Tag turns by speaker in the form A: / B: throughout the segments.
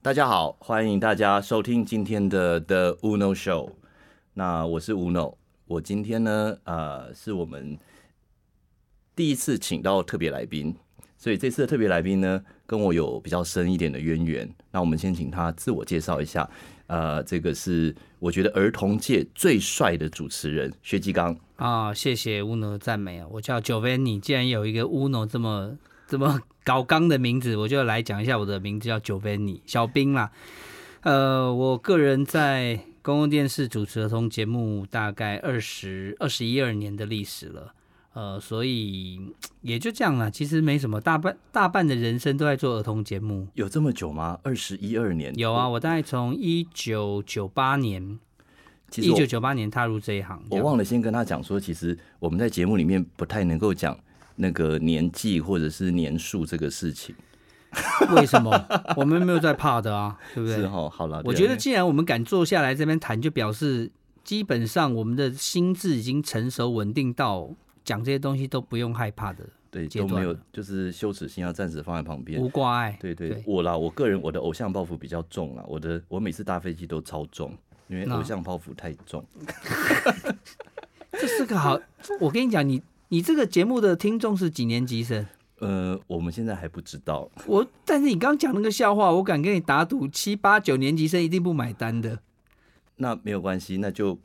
A: 大家好，欢迎大家收听今天的 The Uno Show。那我是 Uno，我今天呢，呃，是我们第一次请到特别来宾，所以这次的特别来宾呢，跟我有比较深一点的渊源。那我们先请他自我介绍一下。呃，这个是我觉得儿童界最帅的主持人薛继刚。
B: 啊、谢谢乌诺的赞美啊！我叫 Giovanni，既然有一个乌诺这么这么高刚的名字，我就来讲一下我的名字叫 Giovanni，小兵啦。呃，我个人在公共电视主持儿童节目大概二十二十一二年的历史了，呃，所以嗯也就这样了。其实没什么，大半大半的人生都在做儿童节目。
A: 有这么久吗？二十一二年？
B: 有啊，，我大概从一九九八年，
A: 其实
B: 一
A: 我
B: 九九八年踏入这一行。
A: 我
B: 这样
A: 忘了先跟他讲说，其实我们在节目里面不太能够讲那个年纪或者是年数这个事情，
B: 为什么，我们没有在怕的啊，对不对
A: 是？哈？好了，
B: 我
A: 对啊
B: 觉得既然我们敢坐下来这边谈，就表示基本上我们的心智已经成熟稳定到讲这些东西都不用害怕的，
A: 对
B: 阶
A: 都没
B: 段
A: 有
B: 了，
A: 就是羞耻心要暂时放在旁边。
B: 无挂碍。
A: 对对
B: 对，
A: 我啦，我个人我的偶像包袱比较重啦，我的我每次搭飞机都超重，因为
B: 那
A: 偶像包袱太重。
B: 这是个好， 我跟你讲，你你这个节目的听众是几年级生？
A: 呃，我们现在还不知道，
B: 我，但是你刚讲那个笑话，我敢跟你打赌，七八九年级生一定不买单的。
A: 那没有关系，那就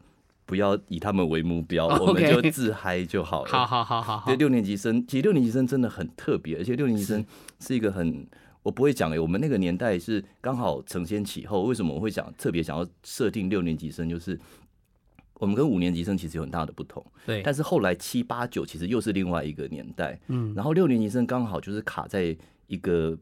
A: 不要以他们为目标，
B: 哦 OK
A: 我们就自嗨就好了。
B: 好好好
A: 对，六年级生，其实六年级生真的很特别，而且六年级生是一个很，我不会讲欸诶、我们那个年代是刚好承先启后。为什么我会讲特别想要设定六年级生，就是我们跟五年级生其实有很大的不同，
B: 对，
A: 但是后来七八九其实又是另外一个年代，嗯，然后六年级生刚好就是卡在一个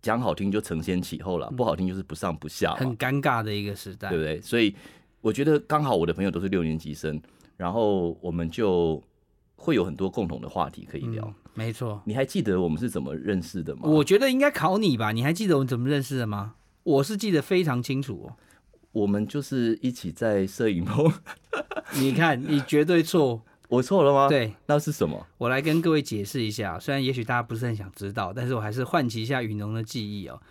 A: 讲好听就承先启后了，不好听就是不上不下嘛
B: 很，尴尬的一个时代。
A: 对不对？所以我觉得刚好我的朋友都是六年级生，然后我们就会有很多共同的话题可以聊。
B: 嗯，没错。
A: 你还记得我们是怎么认识的吗？
B: 我觉得应该考你吧，你还记得我们怎么认识的吗？我是记得非常清楚哦。
A: 我们就是一起在摄影棚，
B: 你看，你绝对错。
A: 我错了吗？，
B: 对
A: 那是什么？
B: 我来跟各位解释一下，虽然也许大家不是很想知道，但是我还是唤起一下雨农的记忆哦。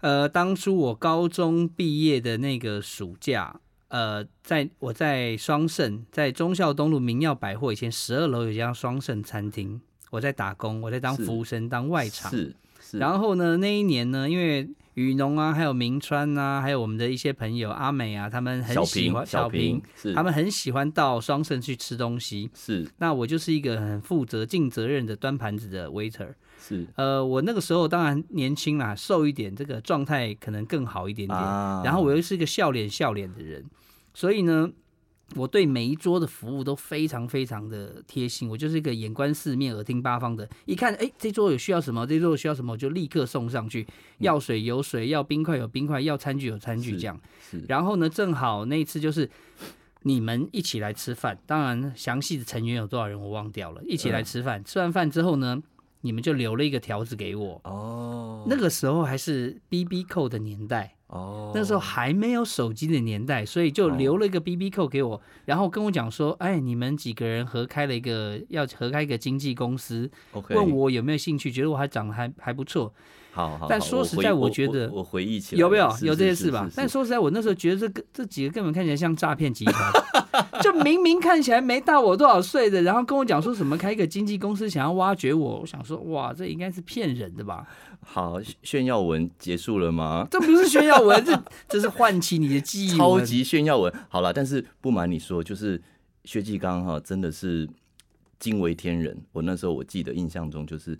B: 呃，当初我高中毕业的那个暑假，呃，在我在双盛，在忠孝东路明耀百货以前十二楼有一家双盛餐厅，我在打工，我在当
A: 是
B: 服务生，当外场。
A: 是是，
B: 然后呢，那一年呢，因为雨农啊，还有明川啊，还有我们的一些朋友阿美啊，他们
A: 小
B: 很喜
A: 平
B: 欢
A: 小平是
B: 他们很喜欢到双盛去吃东西。
A: 是
B: 那我就是一个很负责、尽责任的端盘子的 waiter。
A: 是
B: 呃，我那个时候当然年轻啦，瘦一点，这个状态可能更好一点点。
A: 啊
B: 然后我又是一个笑脸笑脸的人，所以呢，我对每一桌的服务都非常非常的贴心。我就是一个眼观四面、耳听八方的，一看哎，这桌有需要什么，这桌有需要什么，我就立刻送上
A: 嗯
B: 去。要水有水，要冰块有冰块，要餐具有餐具，
A: 是
B: 这样。
A: 是
B: 然后呢，正好那一次就是你们一起来吃饭，当然详细的成员有多少人我忘掉了，一起来吃饭。吃完饭之后呢，你们就留了一个条子给我。
A: 哦
B: 那个时候还是 B B 扣的年代，
A: 哦
B: 那时候还没有手机的年代，所以就留了一个 B B 扣给我，然后跟我讲说，哎，你们几个人合开了一个要合开一个经纪公司，
A: OK，
B: 问我有没有兴趣，觉得我还长得还还不错，
A: 好好，
B: 但
A: 好
B: 说
A: 我
B: 实
A: 回
B: 在
A: 我
B: 我觉得
A: 我我回忆起来
B: 有没有
A: 了是
B: 有这些
A: 是
B: 事吧
A: 是？
B: 但
A: 是
B: 说实在，我那时候觉得这个这几个根本看起来像诈骗集团， 就明明看起来没大我多少岁的，然后跟我讲说什么开一个经纪公司想要挖掘我，我想说哇，这应该是骗人的吧？
A: 好炫耀文结束了吗？
B: 这不是炫耀文，这这是唤起你的记忆文。
A: 超级炫耀文。好了，但是不瞒你说，就是薛继刚哈，真的是惊为天人。我那时候我记得印象中就是，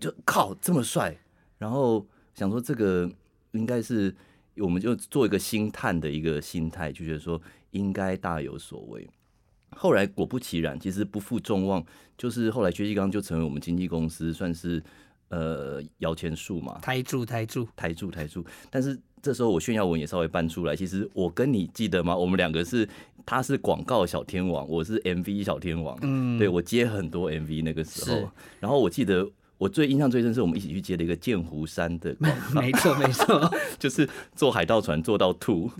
A: 就靠这么帅，然后想说这个应该是我们就做一个星探的一个心态，就觉得说应该大有所为。后来果不其然，其实不负众望，就是后来薛继刚就成为我们经纪公司算是呃摇钱树嘛，
B: 台柱台柱，
A: 台柱台柱，但是这时候我炫耀文也稍微搬出来。其实我跟你记得吗？我们两个是，他是广告小天王，我是 MV 小天王。
B: 嗯，
A: 对我接很多 MV 那个时
B: 是
A: 候，然后我记得我最印象最深是我们一起去接了一个剑湖山 的广告，
B: 没错没错，
A: 就是坐海盗船坐到吐。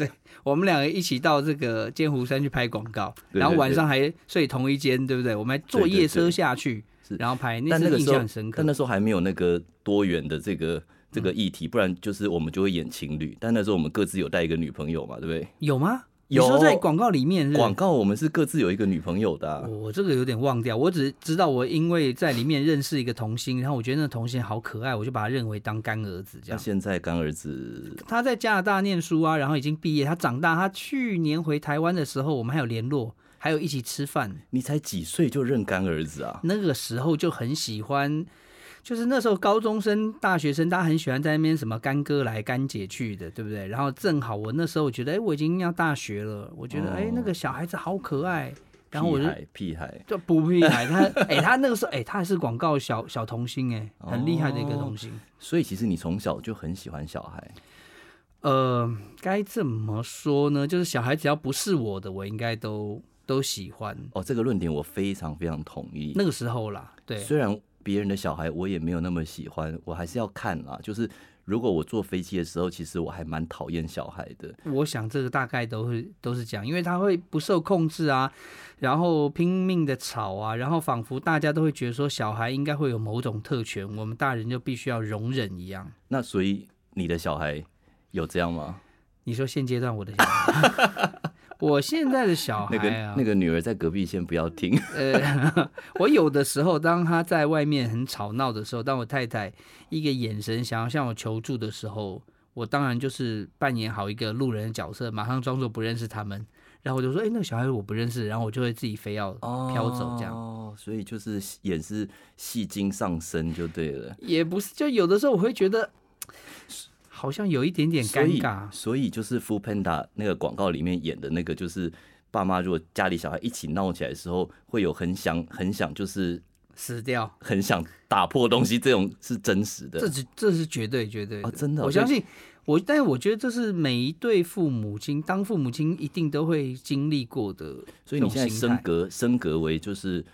B: 我们两个一起到这个剑湖山去拍广告，
A: 对对
B: 然后晚上还睡同一间，对不对？我们还坐
A: 对对
B: 夜
A: 对
B: 车下去
A: 是，
B: 然后拍，
A: 但
B: 次
A: 那个
B: 印
A: 时候
B: 象很深刻嗯
A: 但。那时候还没有那个多元的这个这个议题，不然就是我们就会演情侣。但那时候我们各自有带一个女朋友嘛，对不对？
B: 有吗？
A: 有
B: 你说在广告里面是不是哦
A: 广告我们是各自有一个女朋友的啊、
B: 我我这个有点忘掉，我只是知道我因为在里面认识一个童星，然后我觉得那童星好可爱，我就把他认为当干儿子这
A: 那
B: 样。
A: 现在干儿子
B: 他在加拿大念书啊，然后已经毕业，他长大，他去年回台湾的时候，我们还有联络，还有一起吃饭。
A: 你才几岁就认干儿子啊？
B: 那个时候就很喜欢，就是那时候高中生、大学生，大家很喜欢在那边什么干哥来干姐去的，对不对？然后正好我那时候我觉得，哎，我已经要大学了，我觉得
A: 哦
B: 哎那个小孩子好可爱，然后我
A: 屁
B: 就
A: 孩，屁孩，
B: 就不屁孩，他 哎、他那个时候哎、他还是广告小小童星哎、很厉害的一个童星。
A: 所以其实你从小就很喜欢小孩，
B: 呃，该怎么说呢？就是小孩只要不是我的，我应该都都喜欢。
A: 哦，这个论点我非常非常同意。
B: 那个时候啦，对，
A: 虽然别人的小孩我也没有那么喜欢，我还是要看啦。就是如果我坐飞机的时候，其实我还蛮讨厌小孩的。
B: 我想这个大概都会都是这样，因为他会不受控制啊，然后拼命的吵啊，然后仿佛大家都会觉得说小孩应该会有某种特权，我们大人就必须要容忍一样。
A: 那所以你的小孩有这样吗？
B: 你说现阶段我的小孩， 我现在的小孩
A: 那个
B: 啊，
A: 那个女儿在隔壁，先不要听。
B: 呃，我有的时候，当他在外面很吵闹的时候，当我太太一个眼神想要向我求助的时候，我当然就是扮演好一个路人的角色，马上装作不认识他们，然后我就说：“哎、那个小孩我不认识。”然后我就会自己非要 飘走这样。
A: 哦，所以就是演是戏精上身就对了。
B: 也不是，就有的时候我会觉得好像有一点点
A: 所
B: 尴
A: 以
B: 尬，。
A: 所以就是 f o o Panda 那个广告里面演的那个，就是爸妈如果家里小孩一起闹起来的时候，会有很想很想就是
B: 死掉。
A: 很想打破东西，这种是真实的
B: 这。是这是绝对绝对
A: 哦真的哦
B: 我
A: 所以
B: 相信我，但是我觉得这是每一对父母亲当父母亲一定都会经历过的
A: 所以你
B: 这
A: 现
B: 种
A: 在
B: 心态
A: 升格升格为就是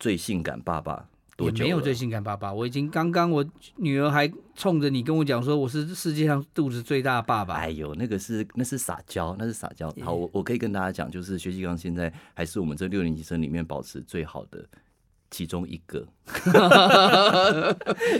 A: 最性感爸爸多
B: 也
A: 久了？
B: 没有最性感爸爸，我已经刚刚我女儿还冲着你跟我讲说我是世界上肚子最大 的爸爸，
A: 哎呦，那个是那是撒娇，那是撒娇。好，我我可以跟大家讲，就是薛继刚现在还是我们这六年级生里面保持最好的其中一个。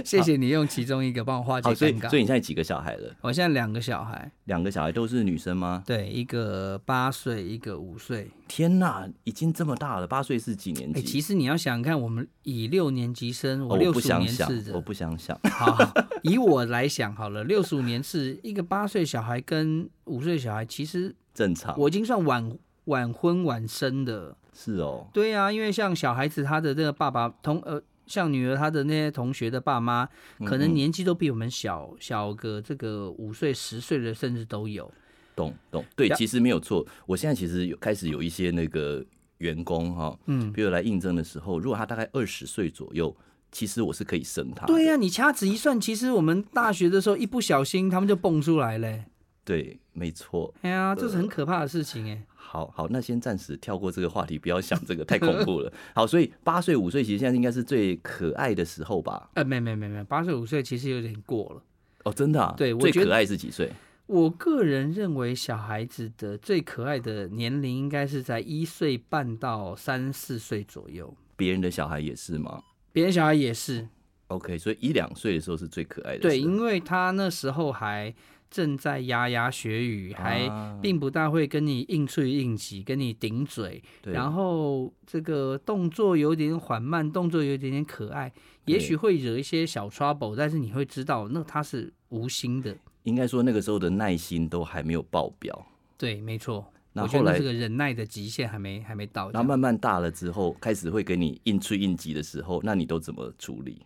B: 谢谢你用其中一个帮我化解
A: 好，所以
B: 尴
A: 所以
B: 尬。
A: 你现在几个小孩了？
B: 我现在两个小孩，
A: 两个小孩都是女生吗？
B: 对，一个八岁，一个五岁。
A: 天呐，已经这么大了，八岁是几年
B: 哎、
A: 级？
B: 其实你要想想看，我们以六年级生，
A: 嗯哦
B: 我
A: 我
B: 六
A: 不
B: 十五
A: 想
B: 年
A: 想
B: 次，
A: 我
B: 的，
A: 不想想。
B: 好好，以我来想好了，六十五年次，一个八岁小孩跟五岁小孩，其实
A: 正常
B: 我已经算晚晚婚晚生的。
A: 是哦，
B: 对啊，因为像小孩子他的那个爸爸同呃，像女儿她的那些同学的爸妈，可能年纪都比我们小小个这个五岁、十岁的，甚至都有。
A: 懂懂。对，
B: 呀
A: 其实没有错。我现在其实有开始有一些那个员工哈、
B: 嗯，
A: 比如来应征的时候，如果他大概二十岁左右，其实我是可以升他的。
B: 对呀、啊你掐指一算，其实我们大学的时候一不小心他们就蹦出来嘞、
A: 对，没错。
B: 哎呀，这是很可怕的事情哎、
A: 好好，那先暂时跳过这个话题，不要想这个，太恐 怖了。好，所以八岁、五岁其实现在应该是最可爱的时候吧？
B: 呃，没没没没，八岁五岁其实有点过了。
A: 哦，真的、啊，
B: 对我
A: 最
B: 觉得
A: 可爱是几岁？
B: 我个人认为，小孩子的最可爱的年龄应该是在一岁半到三四岁左右，
A: 别人的小孩也是吗
B: 别人小孩也是。
A: ？OK，所以一两岁的时候是最可爱的时候。
B: 对，因为他那时候还正在牙牙学语，还
A: 啊
B: 并不大会跟你硬吹硬挤，跟你顶嘴，
A: 对
B: 然后这个动作有点缓慢，动作有点点可爱，也
A: 对
B: 许会惹一些小 trouble，但是你会知道那他是无心的。
A: 应该说那个时候的耐心都还没有爆表。
B: 对，没错。
A: 那
B: 我觉
A: 后
B: 得
A: 来
B: 这个忍耐的极限还没还没到这
A: 然
B: 样。
A: 后慢慢大了之后，开始会给你应催应急的时候，那你都怎么处理？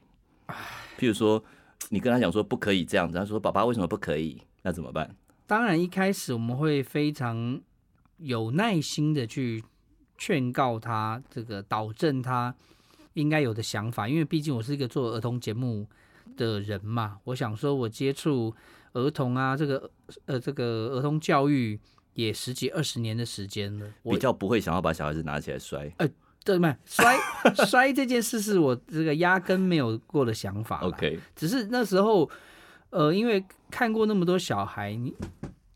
A: 譬如说，你跟他讲说不可以这样子，他说爸爸为什么不可以？那怎么办？
B: 当然一开始我们会非常有耐心的去劝告他，这个导正他应该有的想法，因为毕竟我是一个做儿童节目的人嘛，我想说我接触儿童啊，这个呃这个儿童教育也十几二十年的时间了，我
A: 比较不会想要把小孩子拿起来摔。
B: 对嘛，摔摔这件事是我这个压根没有过的想法啦
A: OK，
B: 只是那时候，呃，因为看过那么多小孩，你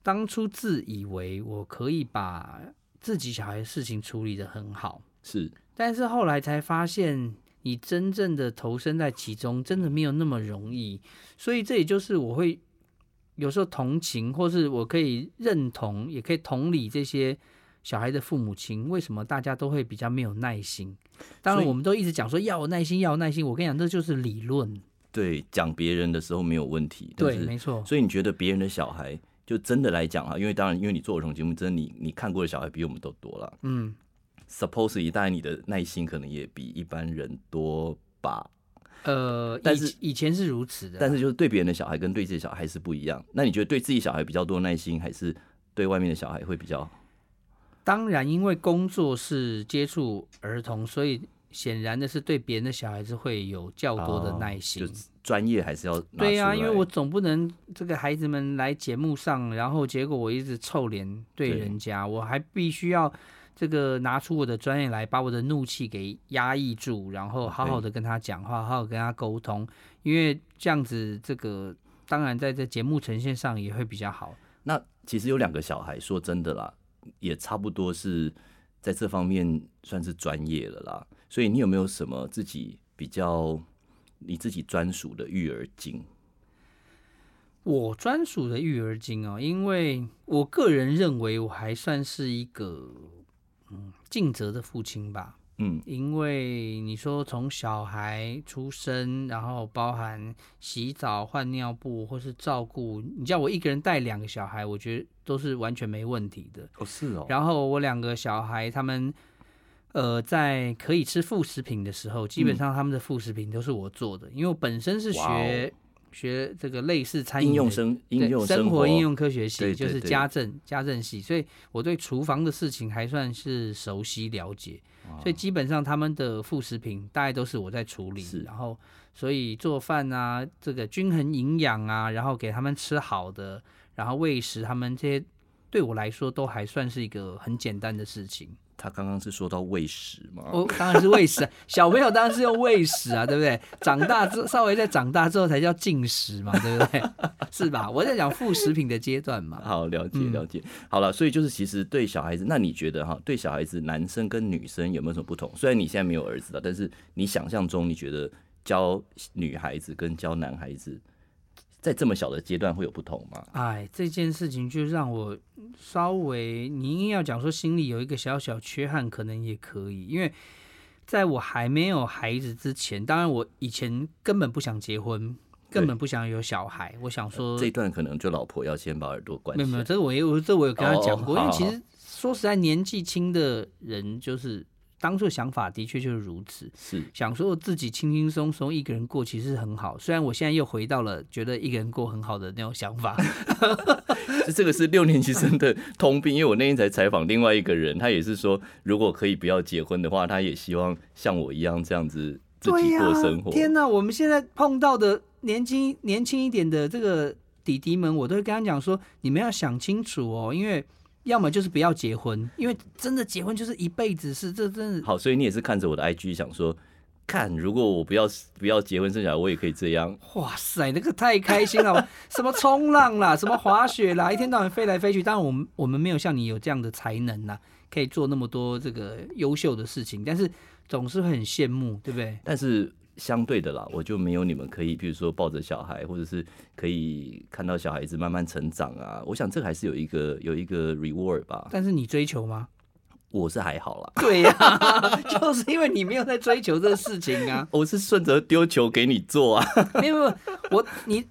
B: 当初自以为我可以把自己小孩的事情处理得很好，
A: 是
B: 但是后来才发现，你真正的投身在其中，真的没有那么容易。所以这也就是我会有时候同情，或是我可以认同，也可以同理这些小孩的父母亲，为什么大家都会比较没有耐心？当
A: 所
B: 然，
A: 以
B: 我们都一直讲说要有耐心，要有耐心。我跟你讲，这就是理论。
A: 对，讲别人的时候没有问题，但
B: 对，
A: 是
B: 没错。
A: 所以你觉得别人的小孩，就真的来讲啊，因为当然，因为你做儿童节目，真的你你看过的小孩比我们都多了。
B: 嗯，
A: Suppose 一代你的耐心可能也比一般人多吧，
B: 呃，
A: 但
B: 以
A: 是
B: 以前是如此的啦，
A: 但是就是对别人的小孩跟对自己小孩还是不一样。那你觉得对自己小孩比较多耐心，还是对外面的小孩会比较？
B: 当然，因为工作是接触儿童，所以显然的是对别人的小孩子会有较多的耐心。
A: 哦就专业还是要拿
B: 对呀、
A: 出来
B: 因为我总不能这个孩子们来节目上，然后结果我一直臭脸对
A: 对
B: 人家，我还必须要这个拿出我的专业来，把我的怒气给压抑住，然后好好的跟他讲话，好好地跟他沟通，因为这样子这个当然在这节目呈现上也会比较好。
A: 那其实有两个小孩，说真的啦，也差不多是在这方面算是专业了啦。所以你有没有什么自己比较你自己专属的育儿经？
B: 我专属的育儿经哦，因为我个人认为我还算是一个嗯尽责的父亲吧，
A: 嗯，
B: 因为你说从小孩出生，然后包含洗澡、换尿布或是照顾，你叫我一个人带两个小孩，我觉得都是完全没问题的。
A: 哦，是哦，
B: 然后我两个小孩他们，呃，在可以吃副食品的时候，基本上他们的副食品都是我做的，因为我本身是
A: 嗯哇
B: 学
A: 哦
B: 学这个类似餐饮
A: 应用
B: 的
A: 生
B: 对
A: 应用
B: 生
A: 活
B: 应用科学系
A: 对
B: 就
A: 对
B: 是
A: 对
B: 家政家政系，所以我对厨房的事情还算是熟悉了解，所以基本上他们的副食品大概都是我在处理
A: 是，
B: 然后所以做饭啊，这个均衡营养啊，然后给他们吃好的，然后喂食他们这些，对我来说都还算是一个很简单的事情。
A: 他刚刚是说到喂食嘛，
B: 哦，当然是 喂食啊，小朋友当然是用喂食啊，对不对？长大之稍微再长大之后才叫进食嘛，对不对？是吧？我在讲副食品的阶段嘛。
A: 好，了
B: 嗯
A: 解了解。好了，所以就是其实对小孩子，那你觉得哈，对小孩子男生跟女生有没有什么不同？虽然你现在没有儿子了，但是你想象中你觉得教女孩子跟教男孩子在这么小的阶段会有不同吗？
B: 哎，这件事情就让我稍微，你硬要讲说心里有一个小小缺憾，可能也可以，因为在我还没有孩子之前，当然我以前根本不想结婚，根本不想有小孩，我想说，
A: 呃这一段可能就老婆要先把耳朵关
B: 呃
A: 起
B: 没有没有，
A: 来。
B: 这个我也我这我有跟他讲过，
A: 哦
B: 因为
A: 好
B: 其实说实在，年纪轻的人就是当初想法的确就是如此，
A: 是
B: 想说自己轻轻松松一个人过其实很好，虽然我现在又回到了觉得一个人过很好的那种想法，
A: 这这个是六年级生 的通病，因为我那天才采访另外一个人，他也是说，如果可以不要结婚的话，他也希望像我一样这样子自
B: 对
A: 己
B: 呀，
A: 过生活。
B: 天哪，我们现在碰到的年轻年轻一点的这个弟弟们，我都会跟他讲说，你们要想清楚哦，因为要么就是不要结婚，因为真的结婚就是一辈子是这真的。
A: 好，所以你也是看着我的 IG 想说，看如果我不要不要结婚生小孩，我也可以这样。
B: 哇塞，那个太开心了！什么冲浪啦，什么滑雪啦，一天到晚飞来飞去。当然，我们我们没有像你有这样的才能啦，可以做那么多这个优秀的事情，但是总是会很羡慕，对不对？
A: 但是相对的啦，我就没有你们可以，比如说抱着小孩，或者是可以看到小孩子慢慢成长啊。我想这个还是有一个有一个 reward 吧。
B: 但是你追 求吗？
A: 我是还好啦，
B: 对呀、 就是因为你没有在追求这个事情啊。
A: 我是顺着丢球给你做啊。
B: 没有没有，我你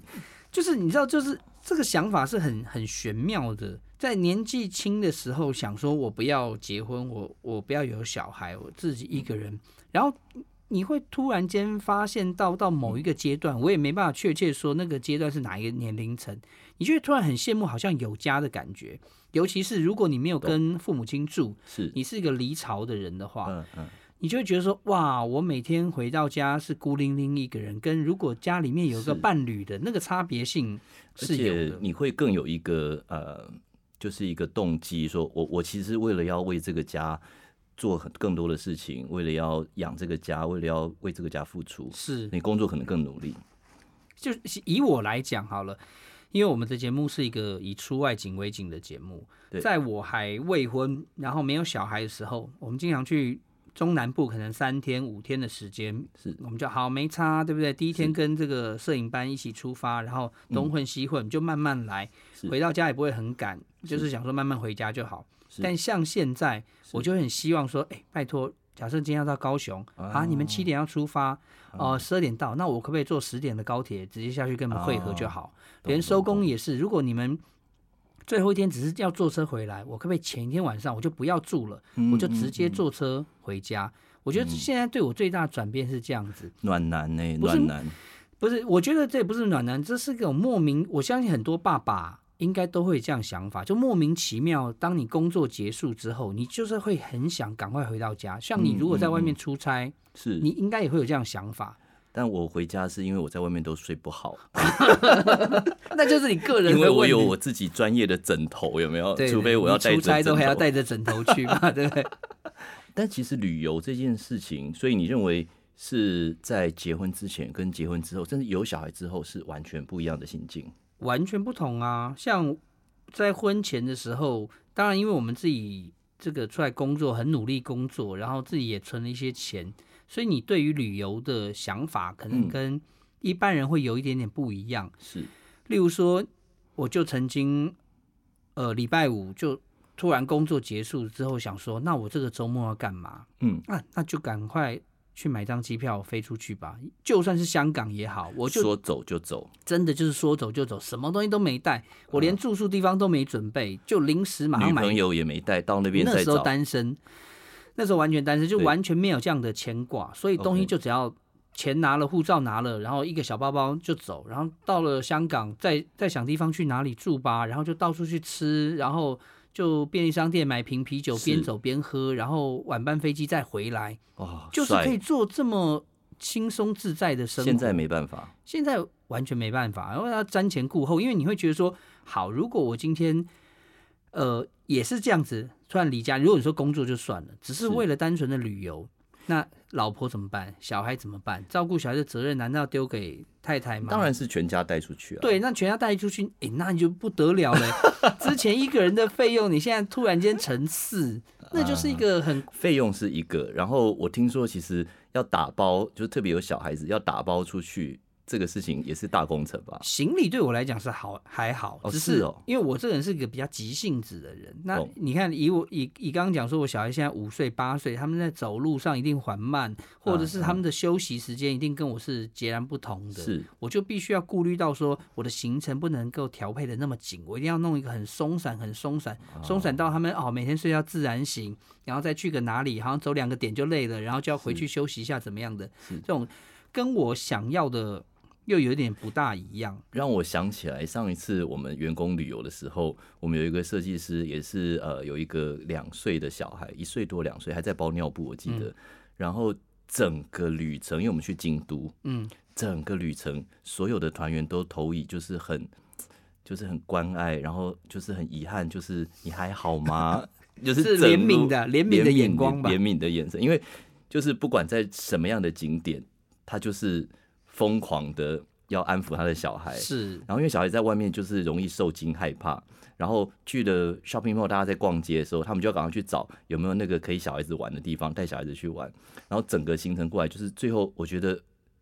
B: 就是你知道，就是这个想法是很很玄妙的。在年纪轻的时候，想说我不要结婚，我我不要有小孩，我自己一个人。然后你会突然间发现到到某一个阶段，我也没办法确切说那个阶段是哪一个年龄层，你就会突然很羡慕，好像有家的感觉。尤其是如果你没有跟父母亲住，
A: 是，
B: 你是一个离巢的人的话，
A: 嗯嗯，
B: 你就会觉得说，哇，我每天回到家是孤零零一个人，跟如果家里面有个
A: 是
B: 伴侣的那个差别性
A: 而
B: 是有
A: 且
B: 的。
A: 你会更有一个呃，就是一个动机，说我我其实为了要为这个家做很更多的事情，为了要养这个家，为了要为这个家付出。
B: 是，
A: 你工作可能更努力。
B: 就是以我来讲好了，因为我们的节目是一个以出外景为景的节目，
A: 对
B: 在我还未婚，然后没有小孩的时候，我们经常去中南部可能三天五天的时间，
A: 是
B: 我们就好没差，对不对？第一天
A: 是嗯
B: 跟这个摄影班一起出发，然后东混西混，就慢慢来，
A: 是
B: 回到家也不会很赶，就是想说慢慢回家就好。
A: 是
B: 但像现在，我就很希望说，哎、拜托，假设今天要到高雄、啊，你们七点要出发，
A: 啊
B: 哦，十二点到，那我可不可以坐十点的高铁直接下去跟你们汇合就好？
A: 啊懂
B: 连收
A: 懂
B: 工
A: 懂
B: 也是，如果你们最后一天只是要坐车回来，我可不可以前一天晚上我就不要住了，我
A: 嗯
B: 就直接坐车回家？我觉得现在对我最大的转变是这样子，
A: 暖男呢、
B: 不是
A: 暖男
B: 不是？我觉得这也不是暖男，这是个莫名，我相信很多爸爸应该都会有这样想法，就莫名其妙，当你工作结束之后，你就是会很想赶快回到家。像你
A: 嗯
B: 如果在
A: 嗯
B: 外面
A: 嗯
B: 出差，
A: 是
B: 你应该也会有这样想法，
A: 但我回家是因为我在外面都睡不好，
B: 那就是你个人
A: 因为
B: 的
A: 我
B: 问
A: 有
B: 题
A: 我自己专业的枕头，有没有？
B: 对，
A: 除非
B: 对
A: 我
B: 你
A: 要带
B: 出
A: 着
B: 差
A: 枕
B: 都还要
A: 头。
B: 带着枕头去嘛，对不对？
A: 但其实旅游这件事情，所以你认为是在结婚之前跟结婚之后，甚至有小孩之后是完全不一样的心境。
B: 完全不同啊！像在婚前的时候，当然因为我们自己这个出来工作，很努力工作，然后自己也存了一些钱，所以你对于旅游的想法可能
A: 嗯
B: 跟一般人会有一点点不一样。
A: 是
B: 例如说，我就曾经，呃，礼拜五就突然工作结束之后，想说，那我这个周末要干嘛？
A: 嗯，
B: 那、那就赶快去买张机票飞出去吧，就算是香港也好，我就
A: 说走就走，
B: 真的就是说走就走，什么东西都没带，我连住宿地方都没准备，就临时马上
A: 嗯女
B: 买
A: 朋。友也没带，到那边
B: 那
A: 再
B: 时候
A: 找。
B: 单身，那时候完全单身，就
A: 对
B: 完全没有这样的牵挂，所以东西
A: OK
B: 就只要钱拿了，护照拿了，然后一个小包包就走，然后到了香港，再再想地方去哪里住吧，然后就到处去吃，然后就便利商店买瓶啤酒，
A: 是
B: 边走边喝，然后晚班飞机再回来，
A: 哇，
B: 就是
A: 帅
B: 可以做这么轻松自在的生活。
A: 现在没办法，
B: 现在完全没办法，因为要瞻前顾后，因为你会觉得说，好，如果我今天，呃，也是这样子突然离家，如果你说工作就算了，只是
A: 是
B: 为了单纯的旅游，那老婆怎么办？小孩怎么办？照顾小孩的责任难道丢给太太吗？
A: 当然是全家带出去啊。
B: 对，那全家带出去，诶，那你就不得了了。 之前一个人的费用，你现在突然间乘四，那就是一
A: 啊
B: 个很
A: 费用是一个，然后我听说其实要打包，就特别有小孩子要打包出去，这个事情也是大工程吧？
B: 行李对我来讲是好还好，
A: 哦
B: 只
A: 是哦
B: 因为我这个人是一个比较急性子的人。那
A: 懂
B: 你看，以我以以刚刚讲说，我小孩现在五岁八岁，他们在走路上一定缓慢，或
A: 嗯
B: 者是他们的休息时间一定跟我是截然不同的。
A: 是
B: 我就必须要顾虑到说，我的行程不能够调配的那么紧，我一定要弄一个很松散、很松散、松散到他们哦，每天睡觉自然醒，然后再去个哪里，好像走两个点就累了，然后就要回去休息一下，怎么样的？这种跟我想要的又有点不大一样。
A: 让我想起来上一次我们员工旅游的时候，我们有一个设计师也是呃有一个两岁的小孩，一岁多两岁还在包尿布，我记得。
B: 嗯
A: 然后整个旅程，因为我们去京都，
B: 嗯，
A: 整个旅程所有的团员都投以就是很就是很关爱，然后就是很遗憾，就是你还好 吗？就是
B: 是
A: 整
B: 怜悯
A: 路
B: 的怜悯的眼
A: 怜
B: 光吧
A: 怜悯的眼神，因为就是不管在什么样的景点，他就是疯狂的要安抚他的小孩，
B: 是
A: 然后因为小孩在外面就是容易受惊害怕，然后去了 shopping mall，大家在逛街的时候，他们就要赶快去找有没有那个可以小孩子玩的地方，带小孩子去玩。然后整个行程过来，就是最后我觉得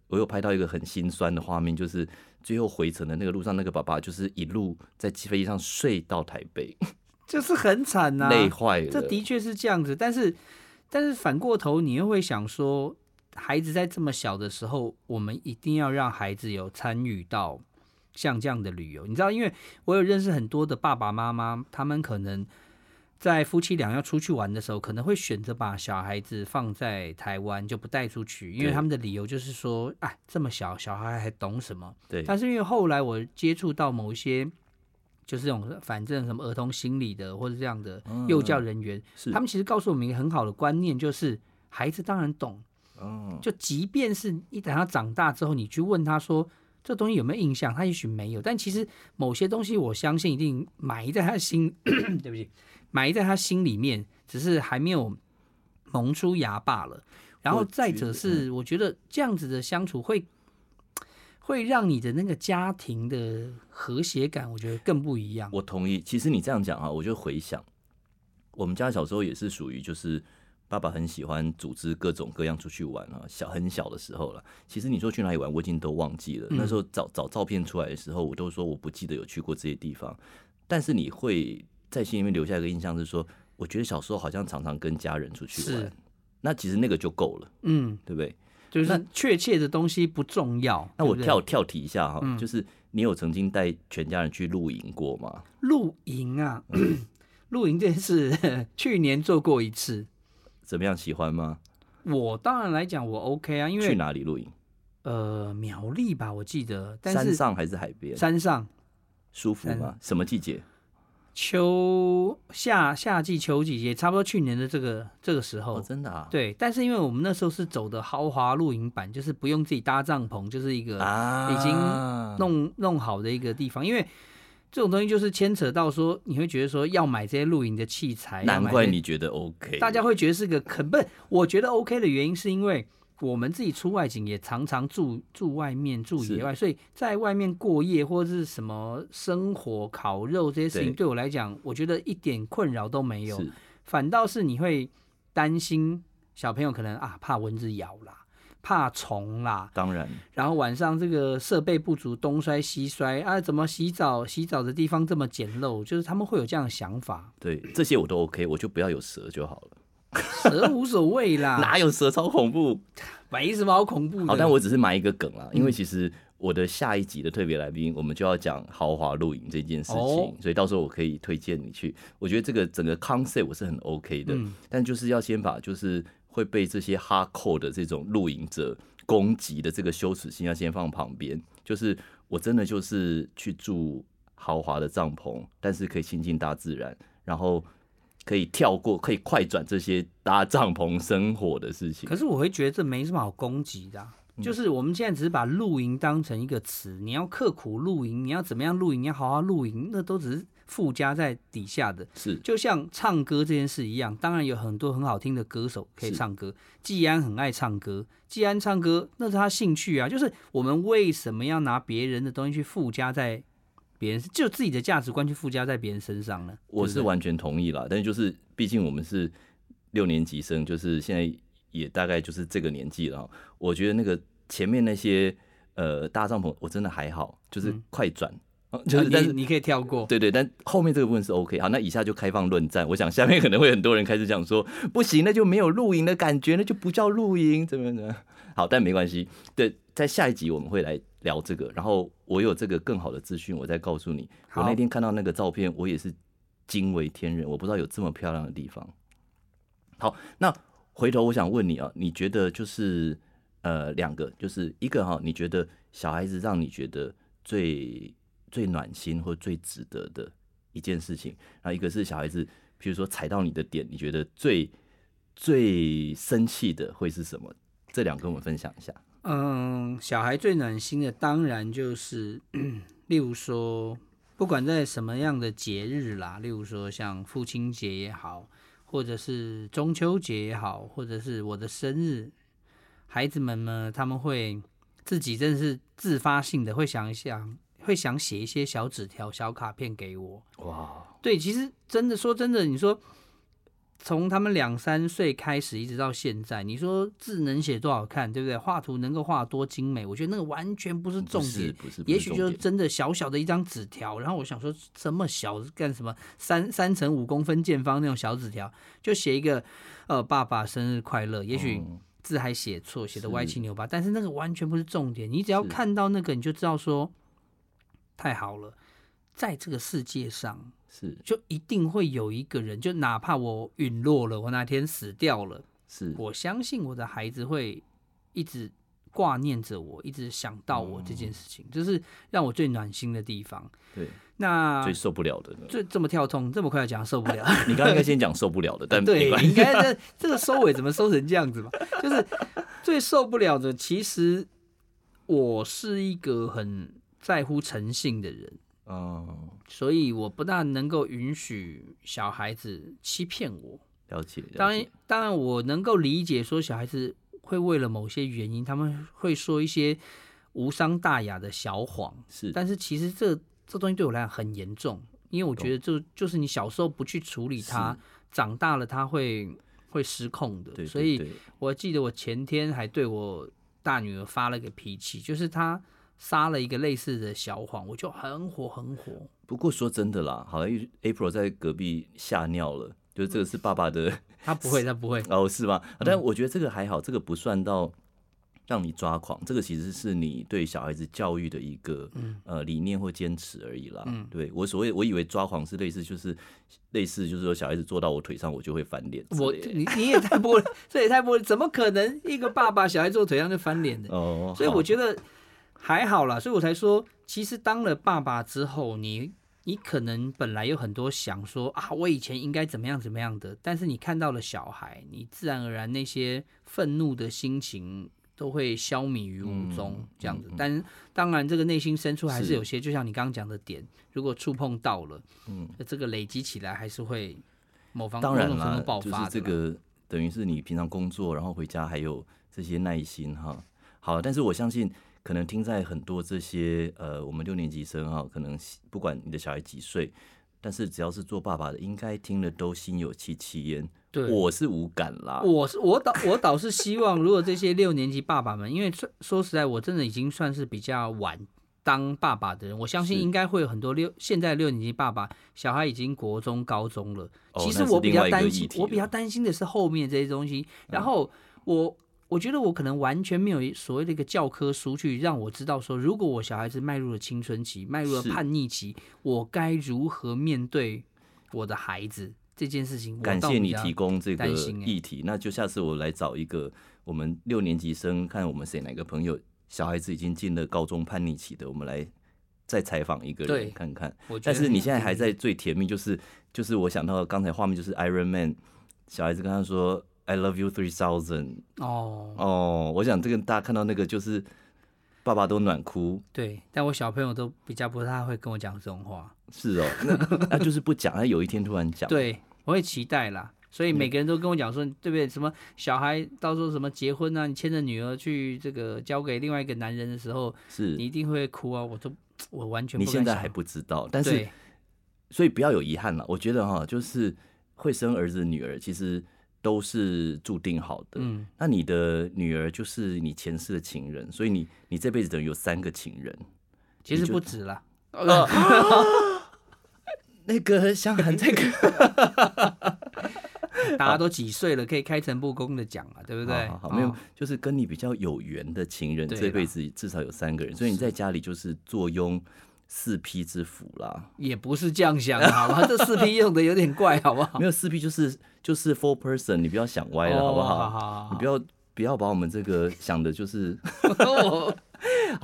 A: 我有拍到一个很心酸的画面，就是最后回程的那个路上，那个爸爸就是一路在飞机上睡到台北，
B: 就是很惨啊呐、
A: 累坏了。
B: 这的确是这样子，但是但是反过头，你又会想说，孩子在这么小的时候，我们一定要让孩子有参与到像这样的旅游。你知道，因为我有认识很多的爸爸妈妈，他们可能在夫妻俩要出去玩的时候，可能会选择把小孩子放在台湾就不带出去，因为
A: 对
B: 他们的理由就是说，哎，这么小，小孩还懂什么？
A: 对，
B: 但是因为后来我接触到某一些，就是这种反正什么儿童心理的或者这样的幼教人员，
A: 嗯是
B: 他们其实告诉我们一个很好的观念，就是孩子当然懂，
A: 嗯，
B: 就即便是你等他长大之后，你去问他说这东西有没有印象，他也许没有，但其实某些东西我相信一定埋在他心， 对不起，埋在他心里面，只是还没有萌出芽罢了。然后
A: 我
B: 再
A: 觉
B: 者
A: 得嗯
B: 是，我觉得这样子的相处会。会让你的那个家庭的和谐感，我觉得更不一样。
A: 我同意。其实你这样讲啊，我就回想，我们家小时候也是属于就是爸爸很喜欢组织各种各样出去玩啊，小很小的时候了。其实你说去哪里玩，我已经都忘记了。
B: 嗯
A: 那时候找找照片出来的时候，我都说我不记得有去过这些地方。但是你会在心里面留下一个印象，是说，我觉得小时候好像常常跟家人出去
B: 是
A: 玩，那其实那个就够了，
B: 嗯，
A: 对不对？
B: 就
A: 那
B: 是确切的东西不重要。
A: 那我
B: 对不对嗯
A: 跳跳题一下哈，就是你有曾经带全家人去露营过吗？
B: 露营啊， 露营这件事 去年做过一次。
A: 怎么样，喜欢吗？
B: 我当然来讲，我 OK 啊，因
A: 去
B: 为
A: 哪里露营？
B: 呃苗栗吧，我记得，但
A: 山
B: 是
A: 上还是海边？
B: 山上
A: 舒服吗？什么季节？
B: 秋夏夏季秋季也差不多去年的这个这个时候，
A: 哦，真的啊，
B: 对。但是因为我们那时候是走的豪华露营版，就是不用自己搭帐篷，就是一个
A: 啊，
B: 已经弄弄好的一个地方，因为这种东西就是牵扯到说，你会觉得说要买这些露营的器材，要
A: 难
B: 买
A: 怪
B: 这
A: 你觉得 OK，
B: 大家会觉得是个肯不是？我觉得 OK 的原因是因为我们自己出外景也常常住住外面住
A: 是
B: 野外，所以在外面过夜或者是什么生火烤肉这些事情，
A: 对
B: 对我来讲，我觉得一点困扰都没有，
A: 是
B: 反倒是你会担心小朋友可能啊怕蚊子咬啦，怕虫啦，
A: 当然。
B: 然后晚上这个设备不足，东摔西摔啊，怎么洗澡？洗澡的地方这么简陋，就是他们会有这样的想法
A: 对这些我都 OK，我就不要有蛇就好了。
B: 蛇无所谓 啦，
A: 哪有蛇超恐怖？
B: 没什么好恐怖的。
A: 好，但我只是埋一个梗啦，
B: 嗯
A: 因为其实我的下一集的特别来宾，我们就要讲豪华露营这件事情，
B: 哦
A: 所以到时候我可以推荐你去。我觉得这个整个 concept 我是很 OK 的，
B: 嗯
A: 但就是要先把就是会被这些哈扣的这种露营者攻击的这个羞耻心要先放旁边。就是我真的就是去住豪华的帐篷，但是可以亲近大自然，然后。可以跳过，可以快转这些搭帐篷生活的事情
B: 可。是我会觉得这没什么好攻击的啊、
A: 嗯
B: 就是我们现在只是把露营当成一个词，你要刻苦露营，你要怎么样露营，你要好好露营，那都只是附加在底下的。
A: 是
B: 就像唱歌这件事一样，当然有很多很好听的歌手可以
A: 是
B: 唱歌。季安很爱唱歌，季安唱歌那是他兴趣啊。就是我们为什么要拿别人的东西去附加在别人，就自己的价值观去附加在别人身上呢？
A: 我
B: 对
A: 是
B: 不对
A: 完全同意啦，但是就是毕竟我们是六年级生，就是现在也大概就是这个年纪了哦。我觉得那个前面那些呃大帐篷，我真的还好，就是快转，哦就是
B: 嗯啊
A: 但
B: 你
A: 是。
B: 你可以跳过。
A: 对对，但后面这个部分是 OK。好，那以下就开放论战。我想下面可能会很多人开始讲说，不行，那就没有露营的感觉，那就不叫露营，怎么样怎么样。好，但没关系。对，在下一集我们会来聊这个，然后我有这个更好的资讯，我再告诉你。我
B: 好
A: 那天看到那个照片，我也是惊为天人，我不知道有这么漂亮的地方。好，那回头我想问你啊，你觉得就是呃两个，就是一个哈、你觉得小孩子让你觉得最最暖心或最值得的一件事情，然后一个是小孩子，比如说踩到你的点，你觉得最最生气的会是什么？这两个跟我们分享一下。
B: 嗯，小孩最暖心的当然就是，例如说，不管在什么样的节日啦，例如说像父亲节也好，或者是中秋节也好，或者是我的生日，孩子们呢，他们会自己真的是自发性的会想一想，会想写一些小纸条、小卡片给我。
A: 哇，
B: 对，其实真的说真的，你说从他们两三岁开始一直到现在，你说字能写多好看，对不对？画图能够画多精美，我觉得那个完全不是
A: 嗯
B: 重
A: 不是
B: 点。
A: 不是，不
B: 也
A: 是
B: 许
A: 重
B: 就是
A: 点
B: 真的小小的一张纸条，然后我想说这么小干什么？三三乘五公分见方那种小纸条，就写一个呃爸爸生日快乐，也许
A: 嗯
B: 字还写错，写的
A: 是
B: 歪七扭八，但是那个完全不是重点，你只要
A: 是
B: 看到那个你就知道说太好了，在这个世界上
A: 是
B: 就一定会有一个人，就哪怕我陨落了，我哪天死掉了，
A: 是
B: 我相信我的孩子会一直挂念着我，一直想到我这件事
A: 嗯
B: 情，这是让我最暖心的地方。
A: 对
B: 那
A: 最受不了的呢。
B: 这这么跳痛，这么快讲受不 了，
A: 你刚刚应该先讲受不了的，但没
B: 对
A: 关，系
B: 应该这这个收尾怎么收成这样子吧？就是最受不了的，其实我是一个很在乎诚信的人。
A: 嗯，
B: 所以我不大能够允许小孩子欺骗我。
A: 了解。了
B: 当然
A: 解，
B: 当然我能够理解说小孩子会为了某些原因，他们会说一些无伤大雅的小谎，
A: 是
B: 但是其实这这东西对我来讲很严重，因为我觉得就就是你小时候不去处理它，长大了它会会失控的。
A: 对，
B: 所
A: 对
B: 以
A: 对
B: 我记得我前天还对我大女儿发了个脾气，就是她撒了一个类似的小谎，我就很火很火。
A: 不过说真的啦，好像 April 在隔壁吓尿了，就是这个是爸爸的、
B: 她不会，她不会，
A: 哦，是吗？啊
B: 嗯
A: 但我觉得这个还好，这个不算到让你抓狂，这个其实是你对小孩子教育的一个、
B: 嗯
A: 呃理念或坚持而已啦。对我所谓我以为抓狂是类似就是类似就是说小孩子坐到我腿上我就会翻脸之类的，
B: 我你你也太玻璃， 这也太玻璃，怎么可能一个爸爸小孩坐腿上就翻脸的？
A: 哦，
B: 所以我
A: 得
B: 觉得还好啦，所以我才说，其实当了爸爸之后，你你可能本来有很多想说啊，我以前应该怎么样怎么样的，但是你看到了小孩，你自然而然那些愤怒的心情。都会消弭于无踪，
A: 嗯
B: 这样子
A: 嗯嗯。
B: 但当然，这个内心深处还是
A: 是
B: 有些，就像你刚刚讲的点，如果触碰到了，
A: 嗯，
B: 这个累积起来还是会某方
A: 当然
B: 某种程
A: 啦
B: 度爆，
A: 就
B: 发
A: 是这
B: 的啦
A: 个等于是你平常工作，然后回家还有这些耐心哈。好，但是我相信，可能听在很多这些呃，我们六年级生哈，可能不管你的小孩几岁，但是只要是做爸爸的，应该听了都心有戚戚焉。
B: 对
A: 我是无感啦。
B: 我是我倒我倒是希望，如果这些六年级爸爸们，因为说说实在，我真的已经算是比较晚当爸爸的人，我相信
A: 是
B: 应该会有很多六现在六年级爸爸小孩已经国中高中了。
A: 哦
B: 其实
A: 那是
B: 我比
A: 另
B: 较
A: 外一个
B: 担
A: 议
B: 心，
A: 题
B: 我比较
A: 了嗯
B: 担心的是后面这些东西。然后我我觉得我可能完全没有所谓的一个教科书去让我知道说，如果我小孩子迈入了青春期，迈入了
A: 是
B: 叛逆期，我该如何面对我的孩子这件事情。我
A: 感
B: 倒
A: 谢
B: 比
A: 你
B: 较
A: 提供这个
B: 担心欸
A: 议题，那就下次我来找一个我们六年级生，看我们谁哪个朋友小孩子已经进了高中叛逆期的，我们来再采访一个
B: 对
A: 人看看。
B: 我觉
A: 但
B: 得
A: 是
B: 很
A: 你
B: 有
A: 现在
B: 趣
A: 还在最甜蜜，就是就是我想到刚才画面就是 Iron Man，小孩子跟他说 I love you three thousand。
B: 哦，
A: 哦，我想这个大家看到那个就是爸爸都暖哭，
B: 对，但我小朋友都比较不太会跟我讲这种话，
A: 是哦，那他就是不讲，他有一天突然讲，，
B: 对我会期待啦。所以
A: 嗯
B: 每个人都跟我讲说，对不对？什么小孩到时候什么结婚啊，你牵着女儿去这个交给另外一个男人的时候，
A: 是
B: 你一定会哭啊！我都我完全
A: 你
B: 不
A: 现
B: 敢
A: 在
B: 想
A: 还不知道，但是
B: 对
A: 所以不要有遗憾了。我觉得哈，就是会生儿子女儿，其实都是注定好的。
B: 嗯，
A: 那你的女儿就是你前世的情人，所以你你这辈子等于有三个情人。
B: 其
A: 你
B: 实
A: 就哦
B: 不止 啦。
A: 那个香涵这个。
B: 大家都几岁了，可以开诚布公的讲啊，对不对？
A: 好好好，没有
B: 哦，
A: 就是跟你比较有缘的情人，
B: 对
A: 这辈
B: 啦
A: 子至少有三个人，所以你在家里就是坐拥四批之福啦。
B: 也不是这样想的，好吧？这四 P 用的有点怪，好不好？
A: 没有四批就是就是 four person，你不要想 歪了，
B: 哦
A: 好不
B: 好
A: 好？
B: 好好
A: 你不要不要把我们这个想的就是
B: 好，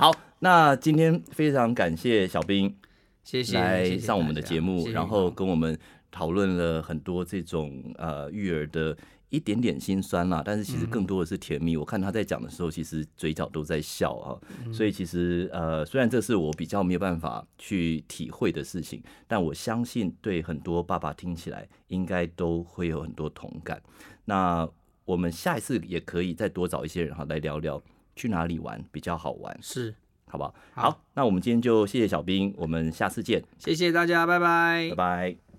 A: 好。那今天非常感谢小兵
B: 谢谢
A: 来上我们的节目，然后
B: 跟。
A: 跟我们讨论了很多这种呃育儿的。一点点心酸啦，但是其实更多的是甜蜜。我看他在讲的时候，其实嘴角都在笑啊。
B: 嗯
A: 所以其实呃，虽然这是我比较没有办法去体会的事情，但我相信对很多爸爸听起来应该都会有很多同感。那我们下一次也可以再多找一些人哈来聊聊去哪里玩比较好玩，
B: 是，
A: 好不好？
B: 好
A: 好，那我们今天就谢谢小兵，我们下次见，
B: 谢谢大家，拜拜
A: 拜。拜。